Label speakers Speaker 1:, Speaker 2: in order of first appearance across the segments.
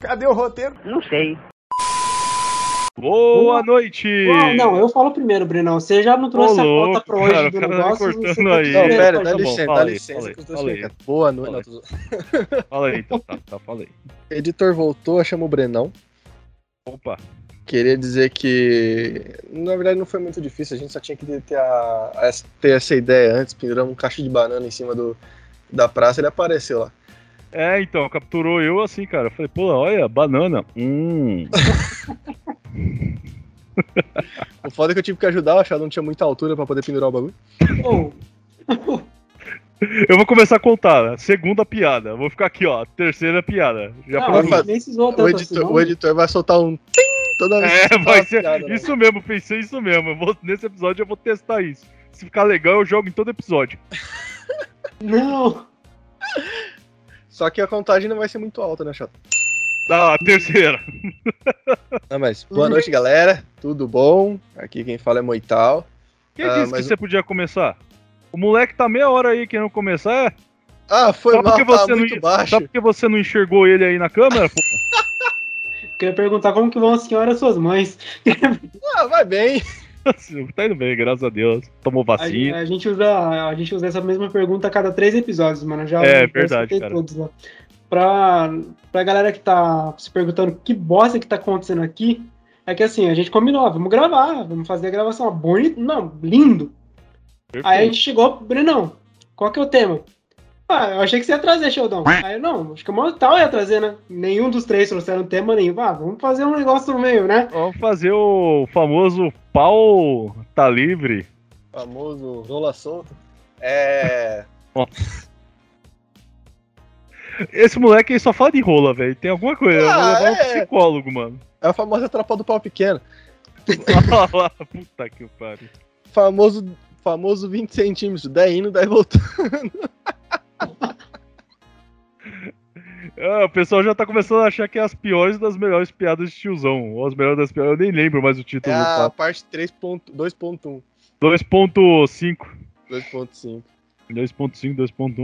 Speaker 1: Cadê o roteiro?
Speaker 2: Não sei.
Speaker 3: Boa noite!
Speaker 4: Não, não, eu falo primeiro, Brinão. Você já não trouxe
Speaker 3: Ô,
Speaker 4: a
Speaker 3: louco,
Speaker 4: pauta pra hoje
Speaker 3: cara, o
Speaker 4: do
Speaker 3: cara tá
Speaker 4: negócio.
Speaker 3: cortando
Speaker 4: você tá
Speaker 3: aí.
Speaker 4: primeiro,
Speaker 3: Não,
Speaker 4: tá
Speaker 3: pera,
Speaker 1: Então
Speaker 4: bom.
Speaker 3: dá licença, dá licença que
Speaker 1: que
Speaker 3: os
Speaker 1: os
Speaker 3: dois ficam.
Speaker 1: Boa noite. não,
Speaker 3: Fala aí.
Speaker 1: tô zoando.
Speaker 3: Fala aí, então, tá, tá, fala aí.
Speaker 1: Editor voltou, chama o Brenão.
Speaker 3: Opa,
Speaker 1: Queria dizer que, na verdade, não foi muito difícil. A gente só tinha que ter, a- a- ter essa ideia antes. Penduramos um cacho de banana em cima do, da praça ele apareceu lá.
Speaker 3: É, então, capturou eu assim, cara. Eu falei, pô, olha, banana. Hum.
Speaker 1: O foda é que eu tive que ajudar, eu achava que não tinha muita altura pra poder pendurar o bagulho.
Speaker 4: Ô,
Speaker 3: Eu vou começar a contar. né? Segunda piada. Vou ficar aqui, ó. Terceira piada. Já
Speaker 4: não,
Speaker 3: pra-
Speaker 4: a gente nem se zoou
Speaker 1: O
Speaker 4: tanto assim,
Speaker 1: editor,
Speaker 4: não.
Speaker 1: o editor vai soltar um tim toda vez que
Speaker 3: É,
Speaker 1: você
Speaker 3: vai
Speaker 1: fala
Speaker 3: ser.
Speaker 1: piada, né?
Speaker 3: Isso mesmo, pensei isso mesmo. Eu vou- nesse episódio eu vou testar isso. Se ficar legal, eu jogo em todo episódio.
Speaker 4: Não,
Speaker 1: Só que a contagem não vai ser muito alta, né, Chato?
Speaker 3: Ah, a terceira.
Speaker 1: Não, mas boa noite, galera. Tudo bom? Aqui quem fala é Moital.
Speaker 3: Quem
Speaker 1: Ah,
Speaker 3: disse que
Speaker 1: mas
Speaker 3: você podia começar? O moleque tá meia hora aí querendo começar, é?
Speaker 1: Ah, foi
Speaker 3: Só
Speaker 1: mal,
Speaker 3: porque você
Speaker 1: tá
Speaker 3: não
Speaker 1: muito
Speaker 3: ia-
Speaker 1: baixo.
Speaker 3: Só porque você não enxergou ele aí na câmera, pô.
Speaker 4: queria perguntar como que vão as senhoras suas mães.
Speaker 1: Ah, vai bem.
Speaker 3: Tá indo bem, graças a Deus. Tomou
Speaker 4: A,
Speaker 3: vacina.
Speaker 4: a gente usa, a gente usa essa mesma pergunta a cada três episódios, mano. Já
Speaker 3: É,
Speaker 4: eu
Speaker 3: verdade,
Speaker 4: escutei
Speaker 3: cara.
Speaker 4: todos lá. Pra, pra galera que tá se perguntando que bosta que tá acontecendo aqui, é que assim, a gente combinou, vamos gravar, vamos fazer a gravação bonita, não, lindo. Aí a gente chegou, Brenão, qual que é o tema? Ah, eu achei que você ia trazer, Sheldon. Aí eu, não, acho que o Mortal ia trazer, né? Nenhum dos três trouxeram tema nenhum. Ah, vamos fazer um negócio no meio, né?
Speaker 3: Vamos fazer o famoso pau tá livre.
Speaker 1: Famoso rola solto. É.
Speaker 3: Esse moleque aí só fala de rola, velho. Tem alguma coisa. Eu vou
Speaker 1: Ah,
Speaker 3: levar um
Speaker 1: é.
Speaker 3: psicólogo, mano.
Speaker 1: É a famosa tropa do pau pequeno.
Speaker 3: Olha lá, Puta que pariu.
Speaker 1: Famoso, famoso 20 centímetros. 10 indo, 10 voltando.
Speaker 3: Ah, o pessoal já tá começando a achar que é as piores das melhores piadas de tiozão. Ou as melhores das piores. Eu nem lembro mais o
Speaker 1: É
Speaker 3: título tá? do
Speaker 1: a
Speaker 3: papo.
Speaker 1: parte 3.2.1.
Speaker 3: 2.5.
Speaker 1: 2.5.
Speaker 3: 2.5, 2.1.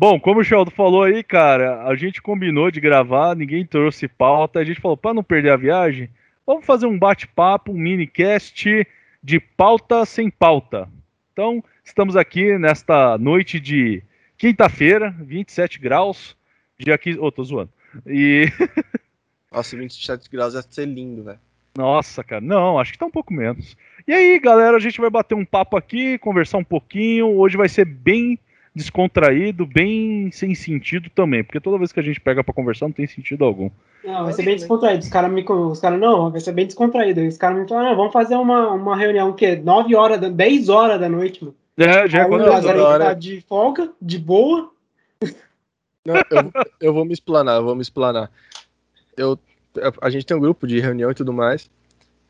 Speaker 3: Bom, como o Sheldon falou aí, cara, a gente combinou de gravar, ninguém trouxe pauta, a gente falou, pra não perder a viagem, vamos fazer um bate-papo, um minicast de pauta sem pauta. Então, estamos aqui nesta noite de quinta-feira, 27 graus, dia 15... Ô, tô zoando. E,
Speaker 1: Nossa, 27 graus ia ser lindo, velho.
Speaker 3: nossa, cara, não, acho que tá um pouco menos. E aí, galera, a gente vai bater um papo aqui, conversar um pouquinho. Hoje vai ser bem descontraído, bem sem sentido também, porque toda vez que a gente pega pra conversar não tem sentido algum.
Speaker 4: Não, vai ser
Speaker 1: Bonito,
Speaker 4: bem descontraído. Os caras me. Os caras, não, vai ser bem descontraído. Os caras me falaram, não, vamos fazer uma, uma reunião que é 9 horas, da, 10 horas da noite, mano.
Speaker 3: É, já é
Speaker 4: Aí
Speaker 3: quando
Speaker 4: o Lazarento
Speaker 1: hora?
Speaker 4: tá de folga, de boa.
Speaker 1: Não, eu, eu vou me explanar, eu vou me explanar. Eu, a gente tem um grupo de reunião e tudo mais.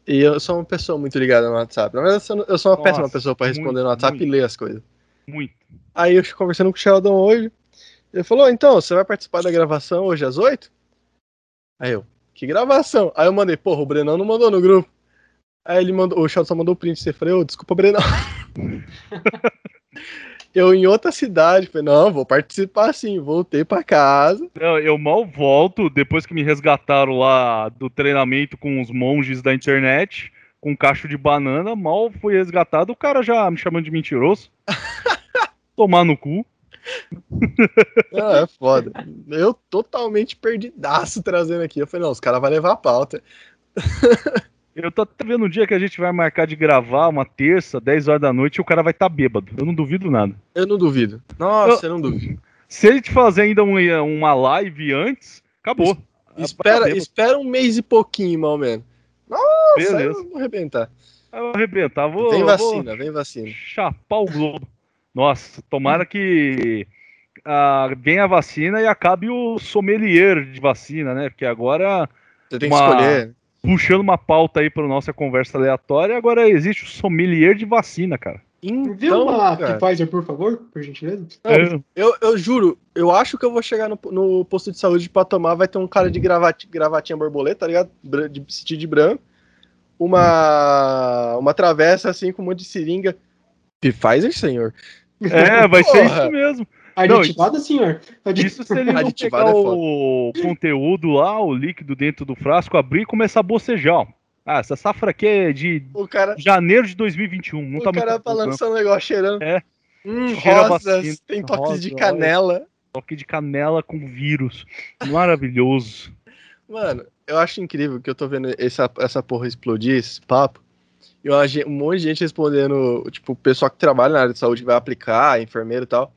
Speaker 1: E eu sou uma pessoa muito ligada no WhatsApp. Na verdade, eu sou- eu sou uma
Speaker 3: Nossa,
Speaker 1: péssima pessoa pra responder
Speaker 3: muito,
Speaker 1: no WhatsApp
Speaker 3: muito.
Speaker 1: e ler as coisas.
Speaker 3: muito.
Speaker 1: Aí eu conversando com o Sheldon hoje. Ele falou: "Ô, então, você vai participar da gravação hoje às 8? Aí eu: Que gravação? Aí eu mandei: Porra, o Brenão não mandou no grupo. Aí ele mandou, o Sheldon só mandou o print. Você falou: "Ô, Desculpa, Brenão. eu em outra cidade. Falei: Não, vou participar sim. Voltei pra casa.
Speaker 3: Eu, eu mal volto depois que me resgataram lá do treinamento com os monges da internet, com um cacho de banana, mal fui resgatado, o cara já me chamando de mentiroso. Tomar no cu.
Speaker 1: Ah, é foda. Eu totalmente perdidaço trazendo aqui. Eu falei, não, os caras vão levar a pauta.
Speaker 3: Eu tô até vendo um dia que a gente vai marcar de gravar uma terça, 10 horas da noite, e o cara vai estar tá bêbado. Eu não duvido nada.
Speaker 1: Eu não duvido. Nossa, eu, não duvido.
Speaker 3: Se ele te fazer ainda um- uma live antes, acabou.
Speaker 1: Espera,
Speaker 3: Acabou,
Speaker 1: espera um mês e pouquinho, mal menos. Nossa, aí
Speaker 3: Beleza.
Speaker 1: eu vou arrebentar.
Speaker 3: Aí Eu vou arrebentar, vou,
Speaker 1: vem
Speaker 3: vou
Speaker 1: vacina, vem vacina.
Speaker 3: chapar o globo. Nossa, tomara que ah, venha a vacina e acabe o sommelier de vacina, né? Porque agora,
Speaker 1: Você tem que
Speaker 3: Uma-
Speaker 1: escolher.
Speaker 3: puxando uma pauta aí para nossa conversa aleatória, agora existe o sommelier de vacina, cara.
Speaker 4: Viu
Speaker 1: Então,
Speaker 4: uma
Speaker 3: é.
Speaker 1: cara,
Speaker 4: Pfizer, por favor, por gentileza?
Speaker 1: Não, eu, eu juro, eu acho que eu vou chegar no, no posto de saúde pra tomar. Vai ter um cara de gravati, gravatinha borboleta, tá ligado? Bran- De vestido de branco. Uma, uma travessa assim com um monte de seringa. Pfizer, senhor.
Speaker 3: É, vai
Speaker 1: Porra.
Speaker 3: ser isso mesmo.
Speaker 4: Aditivado, senhor? Adi-
Speaker 3: Isso se ele não
Speaker 1: Aditivado
Speaker 3: pegar
Speaker 1: é foda.
Speaker 3: o conteúdo lá, o líquido dentro do frasco, abrir e começar a bocejar. ó. Ah, essa safra aqui é de
Speaker 1: O cara,
Speaker 3: janeiro de 2021. Não tá
Speaker 1: o cara
Speaker 3: muito
Speaker 1: tá
Speaker 3: bom, não.
Speaker 1: lançando um negócio cheirando.
Speaker 3: É.
Speaker 1: Hum,
Speaker 3: Cheira a
Speaker 1: rosas,
Speaker 3: vacina,
Speaker 1: tem toques de
Speaker 3: rosa,
Speaker 1: canela.
Speaker 3: Toque de canela com vírus. Maravilhoso.
Speaker 1: Mano, eu acho incrível que eu tô vendo essa, essa porra explodir, esse papo. E uma ge- um monte de gente respondendo, tipo, o pessoal que trabalha na área de saúde vai aplicar, enfermeiro e tal.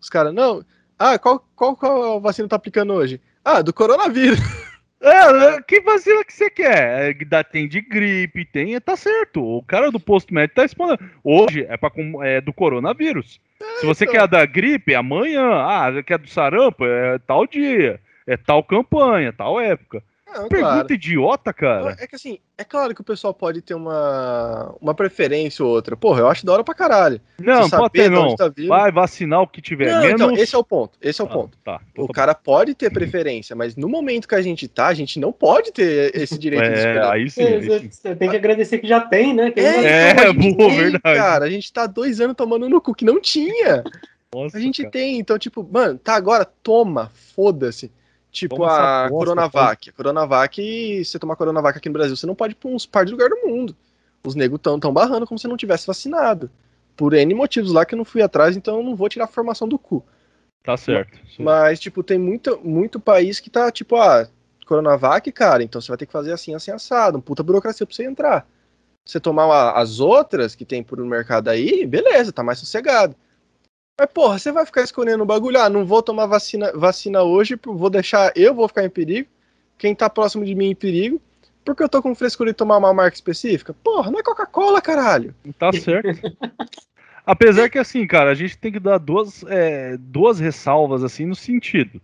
Speaker 1: Os caras, não. Ah, qual, qual, qual vacina tá aplicando hoje? Ah, do coronavírus.
Speaker 3: É, que vacina que você quer? É, que dá- tem de gripe, tem, é, tá certo. O cara do posto médico tá respondendo. Hoje é, pra, com- é do coronavírus. Se você
Speaker 1: então.
Speaker 3: quer a da gripe, é amanhã. Ah, quer a do sarampo, é tal dia. É tal campanha, tal época.
Speaker 1: Não, Então, claro.
Speaker 3: Pergunta idiota, cara.
Speaker 1: É que assim, é claro que o pessoal pode ter uma, uma preferência ou outra. Porra, eu acho da hora pra caralho.
Speaker 3: Não,
Speaker 1: Você saber
Speaker 3: pode ter
Speaker 1: de onde
Speaker 3: não.
Speaker 1: tá vindo.
Speaker 3: Vai vacinar o que tiver.
Speaker 1: Não,
Speaker 3: menos...
Speaker 1: então, esse é o ponto. Esse é o
Speaker 3: Ah,
Speaker 1: ponto.
Speaker 3: Tá, então
Speaker 1: O
Speaker 3: tá
Speaker 1: cara pode ter preferência, mas no momento que a gente tá, a gente não pode ter esse
Speaker 3: bom.
Speaker 1: direito de
Speaker 3: É,
Speaker 1: escolher.
Speaker 3: aí sim. aí
Speaker 4: Você
Speaker 3: sim.
Speaker 4: você tem que agradecer que já tem, né? Que ainda-
Speaker 3: É,
Speaker 1: então, a gente
Speaker 3: boa,
Speaker 1: tem,
Speaker 3: verdade.
Speaker 1: Cara, a gente tá dois anos tomando no cu que não tinha.
Speaker 3: Nossa,
Speaker 1: A gente
Speaker 3: cara.
Speaker 1: tem, então, tipo, mano, tá agora, toma, foda-se. Tipo
Speaker 3: Toma essa
Speaker 1: a
Speaker 3: bosta,
Speaker 1: Coronavac. Coronavac, se você tomar Coronavac aqui no Brasil, você não pode ir pra uns par de lugar do mundo. Os negros tão, tão barrando como se não tivesse vacinado. Por N motivos lá que eu não fui atrás, então eu não vou tirar a formação do cu.
Speaker 3: Tá certo. Sim.
Speaker 1: Mas, tipo, tem muito, muito país que tá, tipo, ah, Coronavac, cara, então você vai ter que fazer assim, assim, assado. Um puta burocracia pra você entrar. Você tomar a- as outras que tem por no mercado aí, beleza, tá mais sossegado. Mas, porra, você vai ficar escolhendo o bagulho, ah, não vou tomar vacina, vacina hoje, pô, vou deixar, eu vou ficar em perigo, quem tá próximo de mim em perigo, porque eu tô com frescura de tomar uma marca específica? Porra, não é Coca-Cola, caralho.
Speaker 3: Tá certo. Apesar que, assim, cara, a gente tem que dar duas, é, duas ressalvas, assim, no sentido.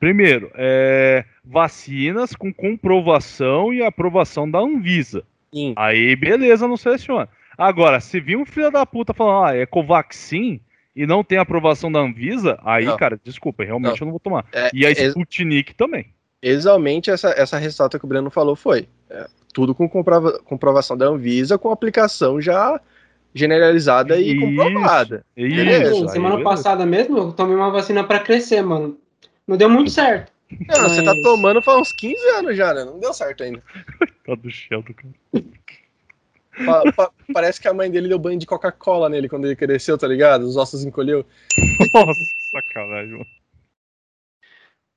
Speaker 3: Primeiro, é, vacinas com comprovação e aprovação da Anvisa.
Speaker 1: Sim.
Speaker 3: Aí, beleza, não seleciona. Agora, se vir um filho da puta falando, ah, é Covaxin e não tem aprovação da Anvisa, aí,
Speaker 1: Não.
Speaker 3: cara, desculpa, realmente eu não vou tomar.
Speaker 1: É,
Speaker 3: E a
Speaker 1: é-
Speaker 3: Sputnik também.
Speaker 1: Exalmente, essa, essa ressalta que o Breno falou foi é, tudo com comprova- comprovação da Anvisa, com aplicação já generalizada e
Speaker 3: Isso.
Speaker 1: comprovada.
Speaker 4: Sim,
Speaker 1: Beleza,
Speaker 3: Isso, aí,
Speaker 4: É, semana
Speaker 3: beleza.
Speaker 4: passada mesmo, eu tomei uma vacina pra crescer, mano. Não deu muito certo.
Speaker 1: Não, Você tá
Speaker 4: Mas-
Speaker 1: tomando faz uns 15 anos já, né? Não deu certo ainda.
Speaker 3: Tá do céu do cara.
Speaker 1: Pa- pa- parece que a mãe dele deu banho de Coca-Cola nele quando ele cresceu, tá ligado? Os ossos encolheu.
Speaker 3: Nossa, que sacanagem, mano.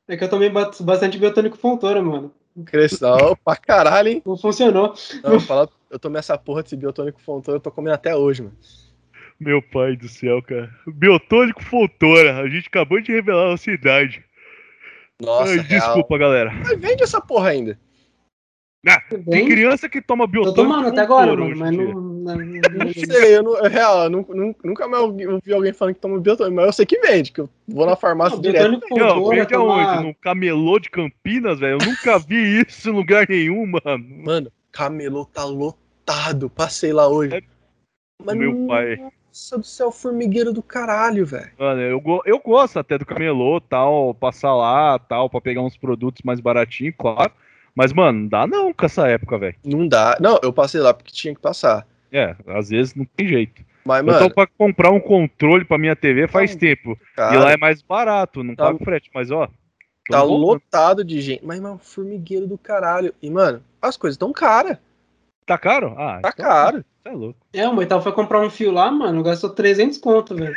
Speaker 4: É que eu tomei ba- bastante biotônico fontora, mano.
Speaker 1: Cresceu. Ó, pra caralho, hein?
Speaker 4: Não funcionou.
Speaker 1: Não, eu, falo, eu tomei essa porra desse biotônico fontoura, eu tô comendo até hoje, mano.
Speaker 3: Meu pai do céu, cara. Biotônico Fontoura. A gente acabou de revelar a nossa idade.
Speaker 1: Nossa, é
Speaker 3: Ai,
Speaker 1: desculpa.
Speaker 3: desculpa, galera.
Speaker 1: Mas vende essa porra ainda.
Speaker 3: Tem
Speaker 4: Bem,
Speaker 3: criança que toma
Speaker 4: tô
Speaker 3: biotônico
Speaker 4: tomando até agora, mano,
Speaker 3: Fontoura hoje
Speaker 4: mas
Speaker 3: em
Speaker 4: não.
Speaker 3: dia.
Speaker 4: não-
Speaker 1: Não
Speaker 4: não-
Speaker 1: sei, eu não, é real, eu nunca, nunca mais ouvi- ouvi alguém falando que toma biotônico, mas eu sei que vende, que eu vou na farmácia
Speaker 4: não,
Speaker 1: direto.
Speaker 4: biotônico
Speaker 3: Aqui, ó,
Speaker 4: fontora,
Speaker 3: vende aonde?
Speaker 4: tomar...
Speaker 3: Num camelô de Campinas, velho? Eu nunca vi isso em lugar nenhum, mano.
Speaker 1: Mano, camelô tá lotado. Passei lá hoje.
Speaker 3: É.
Speaker 1: Mas, é.
Speaker 3: Meu pai.
Speaker 1: Nossa do céu, formigueiro do caralho, velho.
Speaker 3: Mano, eu, go- eu gosto até do camelô, tal, passar lá, tal, pra pegar uns produtos mais baratinhos, claro. Mas, mano, não dá não com essa época, velho.
Speaker 1: Não dá. Não, eu passei lá porque tinha que passar.
Speaker 3: É, às vezes não tem jeito.
Speaker 1: Mas,
Speaker 3: eu
Speaker 1: mano,
Speaker 3: tô pra comprar um controle pra minha TV faz
Speaker 1: Tá um
Speaker 3: tempo. E
Speaker 1: cara,
Speaker 3: lá é né? mais barato, não
Speaker 1: Tá-
Speaker 3: paga o frete, mas ó. tô
Speaker 1: tá
Speaker 3: no-
Speaker 1: lotado de gente. Mas, mano, formigueiro do caralho. E, mano, as coisas tão caras.
Speaker 3: Tá caro? Ah,
Speaker 1: Tá
Speaker 3: então,
Speaker 1: caro.
Speaker 3: Tá louco.
Speaker 4: É, o Moital foi comprar um fio lá, mano, gastou 300 conto, velho.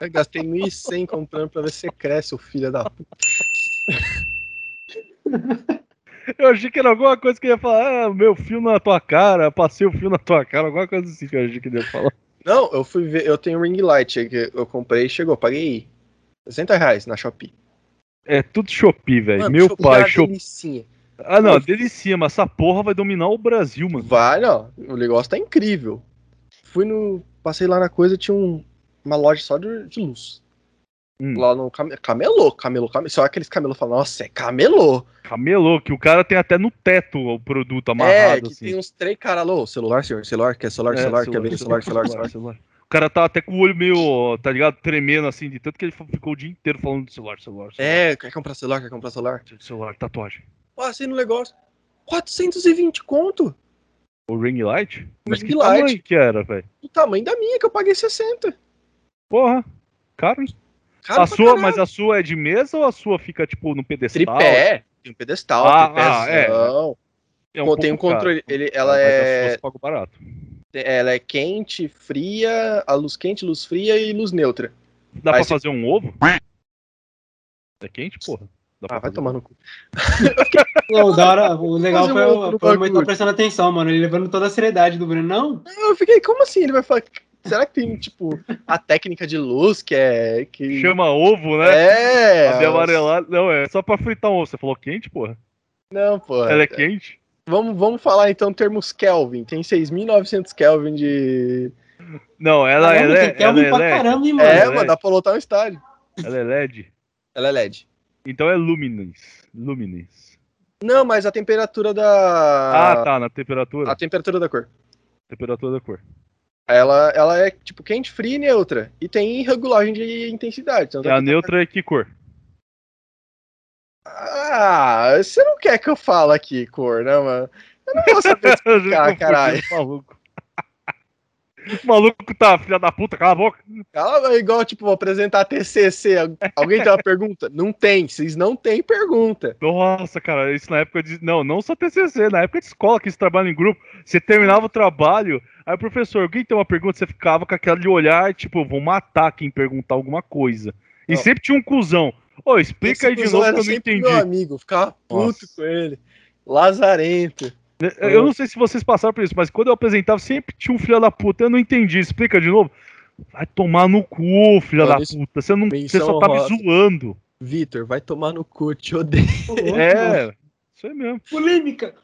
Speaker 1: Eu gastei 1.100 comprando pra ver se cresce, o filho da puta.
Speaker 3: Eu achei que era alguma coisa que eu ia falar, ah, meu fio na tua cara, passei o fio na tua cara, alguma coisa assim que eu achei que ele ia falar.
Speaker 1: Não, eu fui ver. Eu tenho ring light que eu comprei e chegou. Paguei 60 reais na Shopee.
Speaker 3: É tudo Shopee, velho.
Speaker 1: Mano,
Speaker 3: Meu
Speaker 1: Shopee é
Speaker 3: pai,
Speaker 1: uma
Speaker 3: Shopee.
Speaker 1: delicinha.
Speaker 3: Ah, não, delicia, mas essa porra vai dominar o Brasil, mano.
Speaker 1: Vai, não. O negócio tá incrível. Fui no. Passei lá na coisa, tinha um- uma loja só de, de luz.
Speaker 3: Hum.
Speaker 1: Lá no cam- camelô, camelô, camelô. Só aqueles camelô falam, nossa, é camelô.
Speaker 3: Camelô, que o cara tem até no teto o produto
Speaker 1: é,
Speaker 3: amarrado,
Speaker 1: que
Speaker 3: assim.
Speaker 1: tem uns três caras alô, celular, senhor, celular, quer celular,
Speaker 3: É,
Speaker 1: celular, quer ver celular, celular, celular.
Speaker 3: O cara tá até com o olho meio, tá ligado? Tremendo assim, de tanto que ele ficou o dia inteiro falando de celular, celular, celular,
Speaker 1: É, quer comprar celular, quer comprar celular.
Speaker 3: celular tatuagem.
Speaker 1: Passei no negócio. 420 conto?
Speaker 3: O ring light? Mas
Speaker 1: Ring
Speaker 3: que
Speaker 1: light.
Speaker 3: tamanho que era, velho?
Speaker 1: O tamanho da minha, que eu paguei 60.
Speaker 3: Porra, caro, hein?
Speaker 1: Caro
Speaker 3: a
Speaker 1: pra
Speaker 3: sua,
Speaker 1: caralho.
Speaker 3: mas a sua é de mesa ou a sua fica, tipo, no pedestal?
Speaker 1: Tripé, tem um pedestal,
Speaker 3: Ah, ah, é.
Speaker 1: tripézão.
Speaker 3: É
Speaker 1: tem um
Speaker 3: pouco caro. Ah,
Speaker 1: controle, ele, ela
Speaker 3: mas
Speaker 1: é
Speaker 3: A sua você paga barato.
Speaker 1: Ela é quente, fria, a luz quente, luz fria e luz neutra.
Speaker 3: Dá
Speaker 1: Aí
Speaker 3: pra
Speaker 1: você-
Speaker 3: fazer um ovo? É quente, porra. Dá pra
Speaker 1: Ah, vai
Speaker 3: fazer. um
Speaker 1: tomar no cu.
Speaker 4: Não, o da hora, o legal
Speaker 1: Fazer
Speaker 4: foi,
Speaker 1: um
Speaker 4: o-
Speaker 1: outro no
Speaker 4: foi o momento
Speaker 1: bagulho.
Speaker 4: tá prestando atenção, mano. Ele levando toda a seriedade do Breno. Não,
Speaker 1: Eu fiquei, como assim? Ele vai falar. Será que tem, tipo, a técnica de luz que é. Que...
Speaker 3: Chama ovo, né?
Speaker 1: É!
Speaker 3: Fazer amarelado. Não, é só pra fritar um ovo. Você falou quente, porra?
Speaker 1: Não, pô.
Speaker 3: Ela é quente?
Speaker 1: Vamos, vamos falar então termos Kelvin. Tem 6.900 Kelvin de.
Speaker 3: Não, ela,
Speaker 4: caramba,
Speaker 3: ela, é,
Speaker 4: tem Kelvin
Speaker 3: ela é
Speaker 4: um pra
Speaker 3: LED.
Speaker 4: caramba, hein, mano.
Speaker 1: É,
Speaker 3: é
Speaker 1: mano, dá pra lotar um estádio.
Speaker 3: Ela é LED.
Speaker 1: Ela é LED.
Speaker 3: Então é luminance. Luminance.
Speaker 1: Não, mas a temperatura da.
Speaker 3: Ah, tá, na temperatura.
Speaker 1: A temperatura da cor.
Speaker 3: Temperatura da cor.
Speaker 1: Ela, ela é, tipo, quente, fria e neutra. E tem regulagem de intensidade. Então,
Speaker 3: E a neutra é que cor?
Speaker 1: Ah, você não quer que eu fale aqui, cor, né, mano? Eu não vou saber.
Speaker 3: Confundindo
Speaker 1: Ah, caralho.
Speaker 3: o Maluco. O maluco tá, filha da puta, cala a boca.
Speaker 1: Ela é igual, tipo, vou apresentar TCC. Alguém tem uma pergunta? Não tem. Vocês não têm pergunta.
Speaker 3: Nossa, cara, isso na época de. Não, não só TCC, na época de escola, que você trabalha em grupo, você terminava o trabalho, aí o professor, alguém tem uma pergunta, você ficava com aquela de olhar, tipo, vou matar quem perguntar alguma coisa. E
Speaker 1: Não.
Speaker 3: sempre tinha um cuzão. Ô, explica aí de
Speaker 1: Esse
Speaker 3: novo que eu
Speaker 1: era
Speaker 3: não
Speaker 1: sempre
Speaker 3: entendi.
Speaker 1: meu amigo. Ficava puto
Speaker 3: Nossa.
Speaker 1: com ele. Lazarento.
Speaker 3: Eu não sei se vocês passaram por isso, mas quando eu apresentava, sempre tinha um filho da puta, eu não entendi, explica de novo. Vai tomar no cu, filha
Speaker 1: Mano,
Speaker 3: da
Speaker 1: isso- é um
Speaker 3: puta. Você, não, você
Speaker 1: menção
Speaker 3: só tá me
Speaker 1: honrosa.
Speaker 3: zoando.
Speaker 1: Vitor, vai tomar no cu, te odeio.
Speaker 4: Ô, louco,
Speaker 1: um
Speaker 4: mano.
Speaker 3: É, isso aí mesmo.
Speaker 4: Polêmica.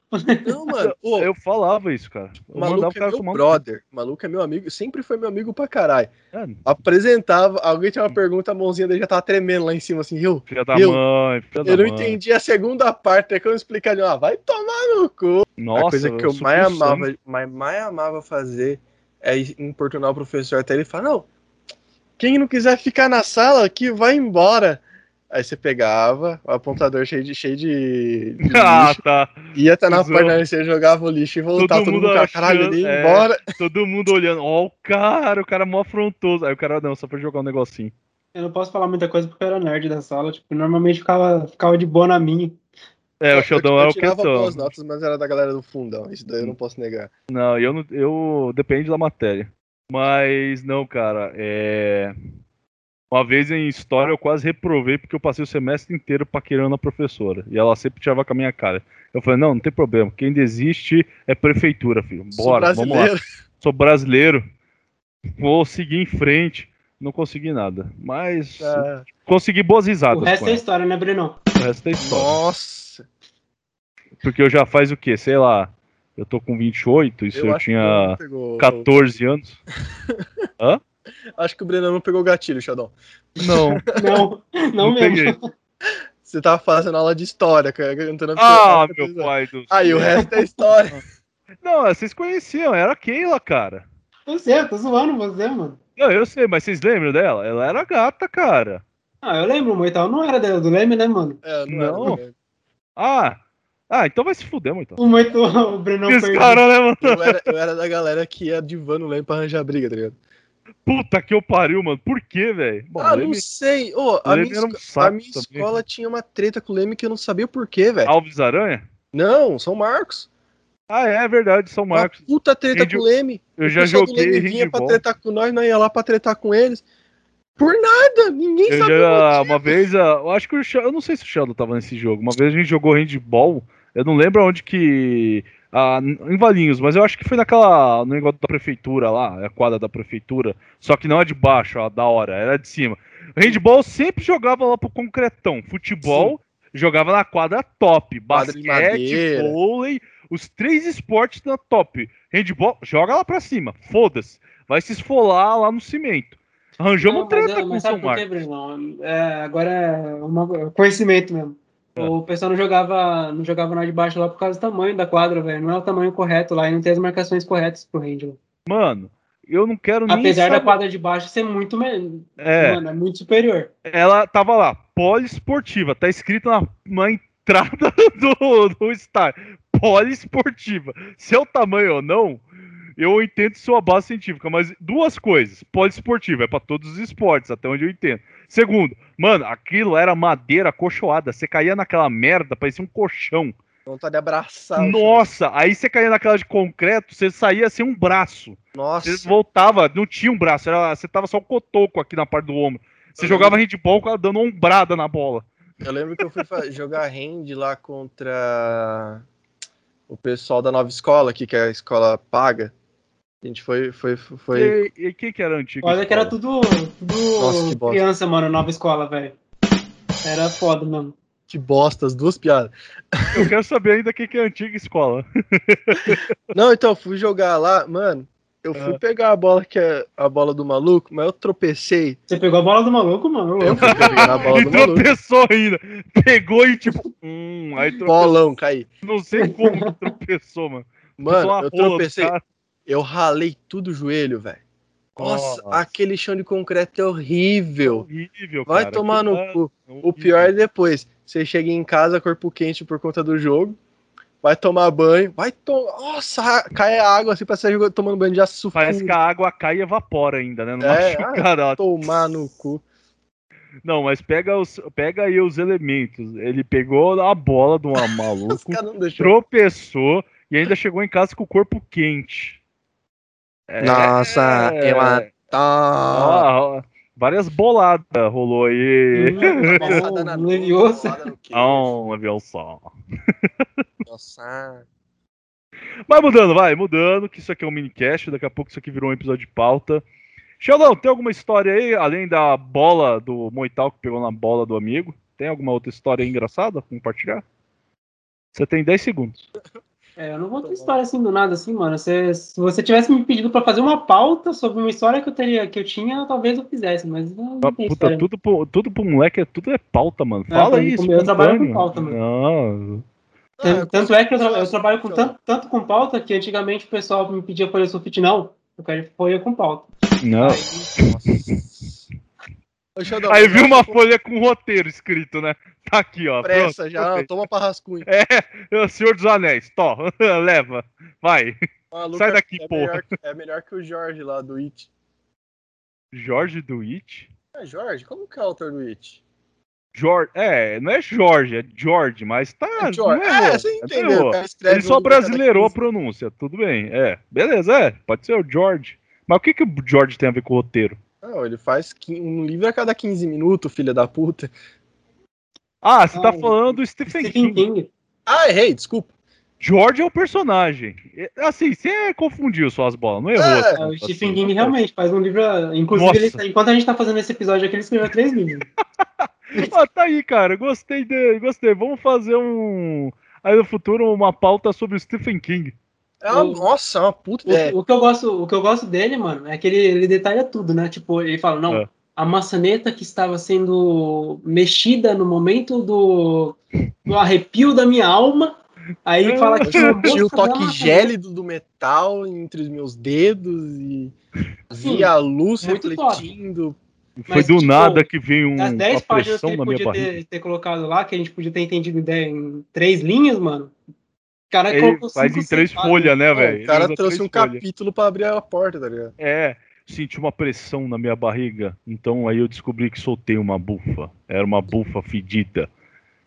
Speaker 1: Não, mano. Ô,
Speaker 3: Eu falava isso, cara. Eu
Speaker 1: o maluco é meu
Speaker 3: tomar no
Speaker 1: brother. O maluco é meu amigo. Sempre foi meu amigo pra caralho.
Speaker 3: cu. É,
Speaker 1: Apresentava, alguém
Speaker 3: Hum.
Speaker 1: tinha uma pergunta, a mãozinha dele já tava tremendo lá em cima, assim, eu.
Speaker 3: Filha da
Speaker 1: Eu-
Speaker 3: mãe, filha da
Speaker 1: Eu não
Speaker 3: mãe.
Speaker 1: entendi a segunda parte, é que eu explicar ali, ah, vai tomar no cu.
Speaker 3: Nossa,
Speaker 1: a coisa que eu
Speaker 3: subi
Speaker 1: mais
Speaker 3: o sangue.
Speaker 1: amava, mais, mais amava fazer é importunar o professor até ele falar, não, quem não quiser ficar na sala aqui, vai embora. Aí você pegava o apontador cheio de, cheio de, de
Speaker 3: Ah,
Speaker 1: lixo,
Speaker 3: tá.
Speaker 1: ia até na
Speaker 3: Usou.
Speaker 1: porta, aí você jogava o lixo e voltava,
Speaker 3: Todo
Speaker 1: todo, mundo
Speaker 3: mundo
Speaker 1: ficava, caralho,
Speaker 3: achando,
Speaker 1: ele ia
Speaker 3: é.
Speaker 1: embora.
Speaker 3: Todo mundo olhando. Ó, o cara, o cara mó afrontoso. Aí o cara, não, só pra jogar um negocinho.
Speaker 4: Eu não posso falar muita coisa porque eu era nerd da sala. Tipo, normalmente ficava, ficava de boa na minha.
Speaker 3: É, o Sheldon
Speaker 1: eu,
Speaker 3: é
Speaker 1: eu
Speaker 3: o
Speaker 1: tirava boas
Speaker 3: questão.
Speaker 1: notas, mas era da galera do fundão, isso daí eu não posso negar.
Speaker 3: Não, eu não. Eu. Depende da matéria. Mas, não, cara, é. Uma vez em história eu quase reprovei porque eu passei o semestre inteiro paquerando a professora. E ela sempre tirava com a minha cara. Eu falei, não, não tem problema. Quem desiste é prefeitura, filho.
Speaker 1: Sou
Speaker 3: Bora, vamos lá.
Speaker 1: brasileiro.
Speaker 3: sou brasileiro, vou seguir em frente. Não consegui nada, mas
Speaker 1: Ah.
Speaker 3: consegui boas risadas.
Speaker 4: O resto
Speaker 3: com
Speaker 4: é
Speaker 3: ela.
Speaker 4: história, né, Brenão?
Speaker 3: O resto é história.
Speaker 1: Nossa!
Speaker 3: Porque eu já faz o quê? Sei lá, eu tô com 28, isso eu,
Speaker 1: acho que o Breno não
Speaker 3: tinha
Speaker 1: pegou-
Speaker 3: 14 anos.
Speaker 1: Acho que o Breno não pegou o gatilho, Xadão.
Speaker 3: Não,
Speaker 4: Não, não
Speaker 3: não
Speaker 4: mesmo.
Speaker 3: peguei.
Speaker 1: Você tava fazendo aula de história, cara, cantando
Speaker 3: Ah,
Speaker 1: cantando-
Speaker 3: meu pai do
Speaker 1: Aí o resto é história.
Speaker 3: Não, é, vocês conheciam, era a Keila, cara.
Speaker 4: Eu sei, eu tô zoando você, mano.
Speaker 3: Não, eu sei, mas vocês lembram dela? Ela era gata, cara.
Speaker 4: Ah, eu lembro, o Moital não era dela do Leme, né, mano?
Speaker 1: É, não,
Speaker 3: Não.
Speaker 1: Era, do
Speaker 3: Ah, ah então vai se fuder, muito.
Speaker 4: O Moital, o Brenão
Speaker 3: Esse cara, né, mano?
Speaker 1: Leme. eu, era, eu era da galera que ia de van no Leme pra arranjar briga, tá ligado?
Speaker 3: Puta que eu pariu, mano. Por quê, velho? Bom, é
Speaker 1: ah, não
Speaker 3: Leme-
Speaker 1: sei. Ô, a
Speaker 3: Leme
Speaker 1: minha,
Speaker 3: era um
Speaker 1: esco-
Speaker 3: saco
Speaker 1: a minha
Speaker 3: também. né?
Speaker 1: escola tinha uma treta com o Leme que eu não sabia por quê, velho.
Speaker 3: Alves Aranha?
Speaker 1: Não, São Marcos.
Speaker 3: Ah, é verdade, São
Speaker 1: Uma
Speaker 3: Marcos.
Speaker 1: puta treta
Speaker 3: Rede-
Speaker 1: com o Leme.
Speaker 3: Eu
Speaker 1: O
Speaker 3: já
Speaker 1: pessoal do
Speaker 3: joguei
Speaker 1: Leme vinha pra
Speaker 3: handball.
Speaker 1: tretar com nós, nós ia lá pra tretar com eles. Por nada, ninguém é.
Speaker 3: Eu
Speaker 1: sabia.
Speaker 3: já, uma vez, ah, eu acho que o Sheldon, eu não sei se o Sheldon tava nesse jogo. Uma vez a gente jogou handball, eu não lembro onde que. ah, em Valinhos, mas eu acho que foi naquela. no negócio da prefeitura lá, é a quadra da prefeitura. Só que não é de baixo, a da hora, era de cima. Handball sempre jogava lá pro concretão. Futebol jogava na quadra top.
Speaker 1: Quadra de
Speaker 3: Basquete,
Speaker 1: madeira.
Speaker 3: vôlei, os três esportes na top. Handball, joga lá pra cima, foda-se. Vai se esfolar lá no cimento. Arranjamos
Speaker 4: Não, mas
Speaker 3: treta
Speaker 4: é-
Speaker 3: com o
Speaker 4: mas
Speaker 3: São
Speaker 4: sabe por
Speaker 3: Marcos.
Speaker 4: quê, Brenão? É, agora é uma- conhecimento mesmo.
Speaker 3: É.
Speaker 4: O pessoal não jogava, não jogava na de baixo lá por causa do tamanho da quadra, velho. Não é o tamanho correto lá e não tem as marcações corretas pro handle.
Speaker 3: Mano, eu não quero nem
Speaker 4: Apesar da
Speaker 3: saber.
Speaker 4: quadra de baixo ser muito, me-
Speaker 3: É,
Speaker 4: mano, é muito superior.
Speaker 3: ela tava lá, poliesportiva, tá escrito na, na entrada do, do estádio, poliesportiva. Se é o tamanho ou não, eu entendo sua base científica, mas duas coisas. Poliesportivo, é para todos os esportes, até onde eu entendo. Segundo, mano, aquilo era madeira cochoada. Você caía naquela merda, parecia um colchão.
Speaker 1: Vontade de abraçar. o chão.
Speaker 3: Nossa, aí você caía naquela de concreto, você saía sem um braço.
Speaker 1: Nossa.
Speaker 3: Você voltava, não tinha um braço, era- você tava só o cotoco aqui na parte do ombro. Você
Speaker 4: Uhum.
Speaker 3: jogava handball com- dando uma ombrada na bola.
Speaker 1: Eu lembro que eu fui fa- jogar hand lá contra o pessoal da nova escola aqui, que é a escola paga. A gente foi. foi, foi...
Speaker 3: E, e quem que era antigo?
Speaker 4: Olha que era tudo, tudo
Speaker 1: Nossa, que bosta.
Speaker 4: criança, mano, nova escola, velho. Era foda mesmo.
Speaker 1: Que bosta, as duas piadas.
Speaker 3: Eu quero saber ainda quem que é a antiga escola.
Speaker 1: Não, então, fui jogar lá, mano. Eu fui
Speaker 3: Ah.
Speaker 1: pegar a bola que é a bola do maluco, mas eu tropecei.
Speaker 4: Você pegou a bola do maluco, mano?
Speaker 1: Eu fui pegar a bola
Speaker 3: E
Speaker 1: do maluco.
Speaker 3: tropeçou ainda. Pegou e tipo. Hum, aí tropeçou.
Speaker 1: Bolão, caí.
Speaker 3: Não sei como que tropeçou, mano. Só a
Speaker 1: Mano, eu
Speaker 3: rola do
Speaker 1: tropecei.
Speaker 3: cara.
Speaker 1: Eu ralei tudo o joelho, velho. Nossa,
Speaker 3: Nossa.
Speaker 1: aquele chão de concreto é horrível.
Speaker 3: Horrível,
Speaker 1: Vai
Speaker 3: cara.
Speaker 1: tomar no
Speaker 3: Aquilo
Speaker 1: cu.
Speaker 3: lá é
Speaker 1: O
Speaker 3: horrível.
Speaker 1: pior é depois. Você chega em casa, corpo quente por conta do jogo, vai tomar banho, vai tomar. Nossa, cai a água assim, parece que você jogou- tomando banho de açúcar.
Speaker 3: Parece que a água cai e evapora ainda, né? Não
Speaker 1: É,
Speaker 3: machucada. ela-
Speaker 1: Tomar no cu.
Speaker 3: Não, mas pega, os, pega aí os elementos. Ele pegou a bola de um
Speaker 1: Os
Speaker 3: maluco,
Speaker 1: caras não deixou.
Speaker 3: tropeçou e ainda chegou em casa com o corpo quente. É,
Speaker 1: Ah. Nossa, eu adoro.
Speaker 3: ó, várias boladas rolou aí.
Speaker 1: Bolada na
Speaker 4: Não, Leviosa.
Speaker 1: bolada no queixo.
Speaker 3: Não, avião só.
Speaker 1: Nossa.
Speaker 3: Vai mudando, vai, mudando, que isso aqui é um minicast, daqui a pouco isso aqui virou um episódio de pauta. Sheldon, tem alguma história aí, além da bola do Moital que pegou na bola do amigo? Tem alguma outra história aí engraçada pra compartilhar? Você tem 10 segundos.
Speaker 4: É, eu não vou ter história assim do nada, assim, mano. Se, se você tivesse me pedido pra fazer uma pauta sobre uma história que eu teria, que eu tinha, talvez eu fizesse, mas não,
Speaker 1: Ah,
Speaker 4: não tem
Speaker 3: Puta,
Speaker 4: história. né?
Speaker 3: tudo pro, tudo pro moleque, é- tudo é pauta, mano.
Speaker 4: É,
Speaker 3: Fala
Speaker 4: pra mim,
Speaker 3: isso.
Speaker 4: como eu trabalho com
Speaker 3: espontâneo.
Speaker 4: pauta, mano.
Speaker 3: Não.
Speaker 4: Tan-
Speaker 1: Ah,
Speaker 4: tanto é que eu, tra- eu trabalho com
Speaker 1: Show.
Speaker 4: tanto, tanto com pauta que antigamente o pessoal me pedia folha sulfite, não. Eu quero folha com pauta.
Speaker 3: não.
Speaker 1: Nossa. Ô, Xandão,
Speaker 3: Aí
Speaker 1: mas
Speaker 3: viu
Speaker 1: eu tô
Speaker 3: uma
Speaker 1: com
Speaker 3: folha com um roteiro escrito, né? Tá aqui, ó.
Speaker 1: Pressa
Speaker 3: pronto,
Speaker 1: já,
Speaker 3: ok.
Speaker 1: toma parrascunho.
Speaker 3: É, Senhor dos Anéis, tó, leva, vai.
Speaker 1: Maluco,
Speaker 3: Sai daqui,
Speaker 1: é
Speaker 3: porra.
Speaker 1: Melhor, é melhor que o Jorge lá do It.
Speaker 3: Jorge do It?
Speaker 1: É, Jorge? Como que é o autor do It?
Speaker 3: Jorge, é, não é Jorge, é George, mas tá.
Speaker 1: É Jorge.
Speaker 3: não errou,
Speaker 1: É, você
Speaker 3: não
Speaker 1: entendeu.
Speaker 3: errou.
Speaker 1: cara, escreve
Speaker 3: Ele só
Speaker 1: um cada
Speaker 3: brasileirou a
Speaker 1: 15.
Speaker 3: pronúncia, tudo bem. É, beleza, é, pode ser o George. Mas o que, que o George tem a ver com o roteiro?
Speaker 1: Não, ele faz qui- um livro a cada 15 minutos, filha da puta.
Speaker 3: Ah, você tá
Speaker 4: Ah, o-
Speaker 3: falando do Stephen,
Speaker 4: Stephen
Speaker 3: King.
Speaker 4: King.
Speaker 1: Ah, errei, desculpa.
Speaker 3: George é o personagem. É, Assim, você confundiu suas bolas, não errou.
Speaker 1: É,
Speaker 3: assim,
Speaker 4: É, O
Speaker 3: assim.
Speaker 4: Stephen King realmente faz um livro. Inclusive,
Speaker 3: Nossa.
Speaker 4: ele- enquanto a gente tá fazendo esse episódio aqui, ele escreveu três livros.
Speaker 3: Ah, tá aí, cara. Gostei dele, gostei. Vamos fazer um. Aí no futuro, uma pauta sobre o Stephen King.
Speaker 1: É
Speaker 3: Hum.
Speaker 1: uma-
Speaker 4: O-
Speaker 1: nossa, é uma puta
Speaker 4: O,
Speaker 1: ideia.
Speaker 4: o que eu gosto, o que eu gosto dele, mano, é que ele, ele detalha tudo, né? Tipo, ele fala, não,
Speaker 3: É.
Speaker 4: a maçaneta que estava sendo mexida no momento do, do arrepio da minha alma. Aí ele fala que
Speaker 1: Eu
Speaker 4: tinha uma
Speaker 1: senti o
Speaker 4: mosca na
Speaker 1: toque
Speaker 4: maçaneta.
Speaker 1: gélido do metal entre os meus dedos e
Speaker 4: Sim,
Speaker 1: vi a
Speaker 3: Hum.
Speaker 1: luz
Speaker 4: muito
Speaker 1: refletindo.
Speaker 3: Foi
Speaker 4: Mas,
Speaker 3: do
Speaker 4: tipo,
Speaker 3: nada que veio um,
Speaker 4: As 10
Speaker 3: uma
Speaker 4: páginas que
Speaker 3: pressão
Speaker 4: ele
Speaker 3: na minha
Speaker 4: podia
Speaker 3: barriga.
Speaker 4: ter, ter colocado lá, que a gente podia ter entendido ideia em três linhas, mano. O cara
Speaker 3: Ele
Speaker 4: é colocou
Speaker 3: faz
Speaker 4: cinco,
Speaker 3: em três
Speaker 4: seis
Speaker 3: folhas, né,
Speaker 1: Pô,
Speaker 3: velho?
Speaker 1: o cara
Speaker 3: Ele usa
Speaker 1: trouxe
Speaker 3: três
Speaker 1: um
Speaker 3: folhas.
Speaker 1: capítulo pra abrir a porta, tá ligado?
Speaker 3: É, senti uma pressão na minha barriga, então aí eu descobri que soltei uma bufa. Era uma bufa fedida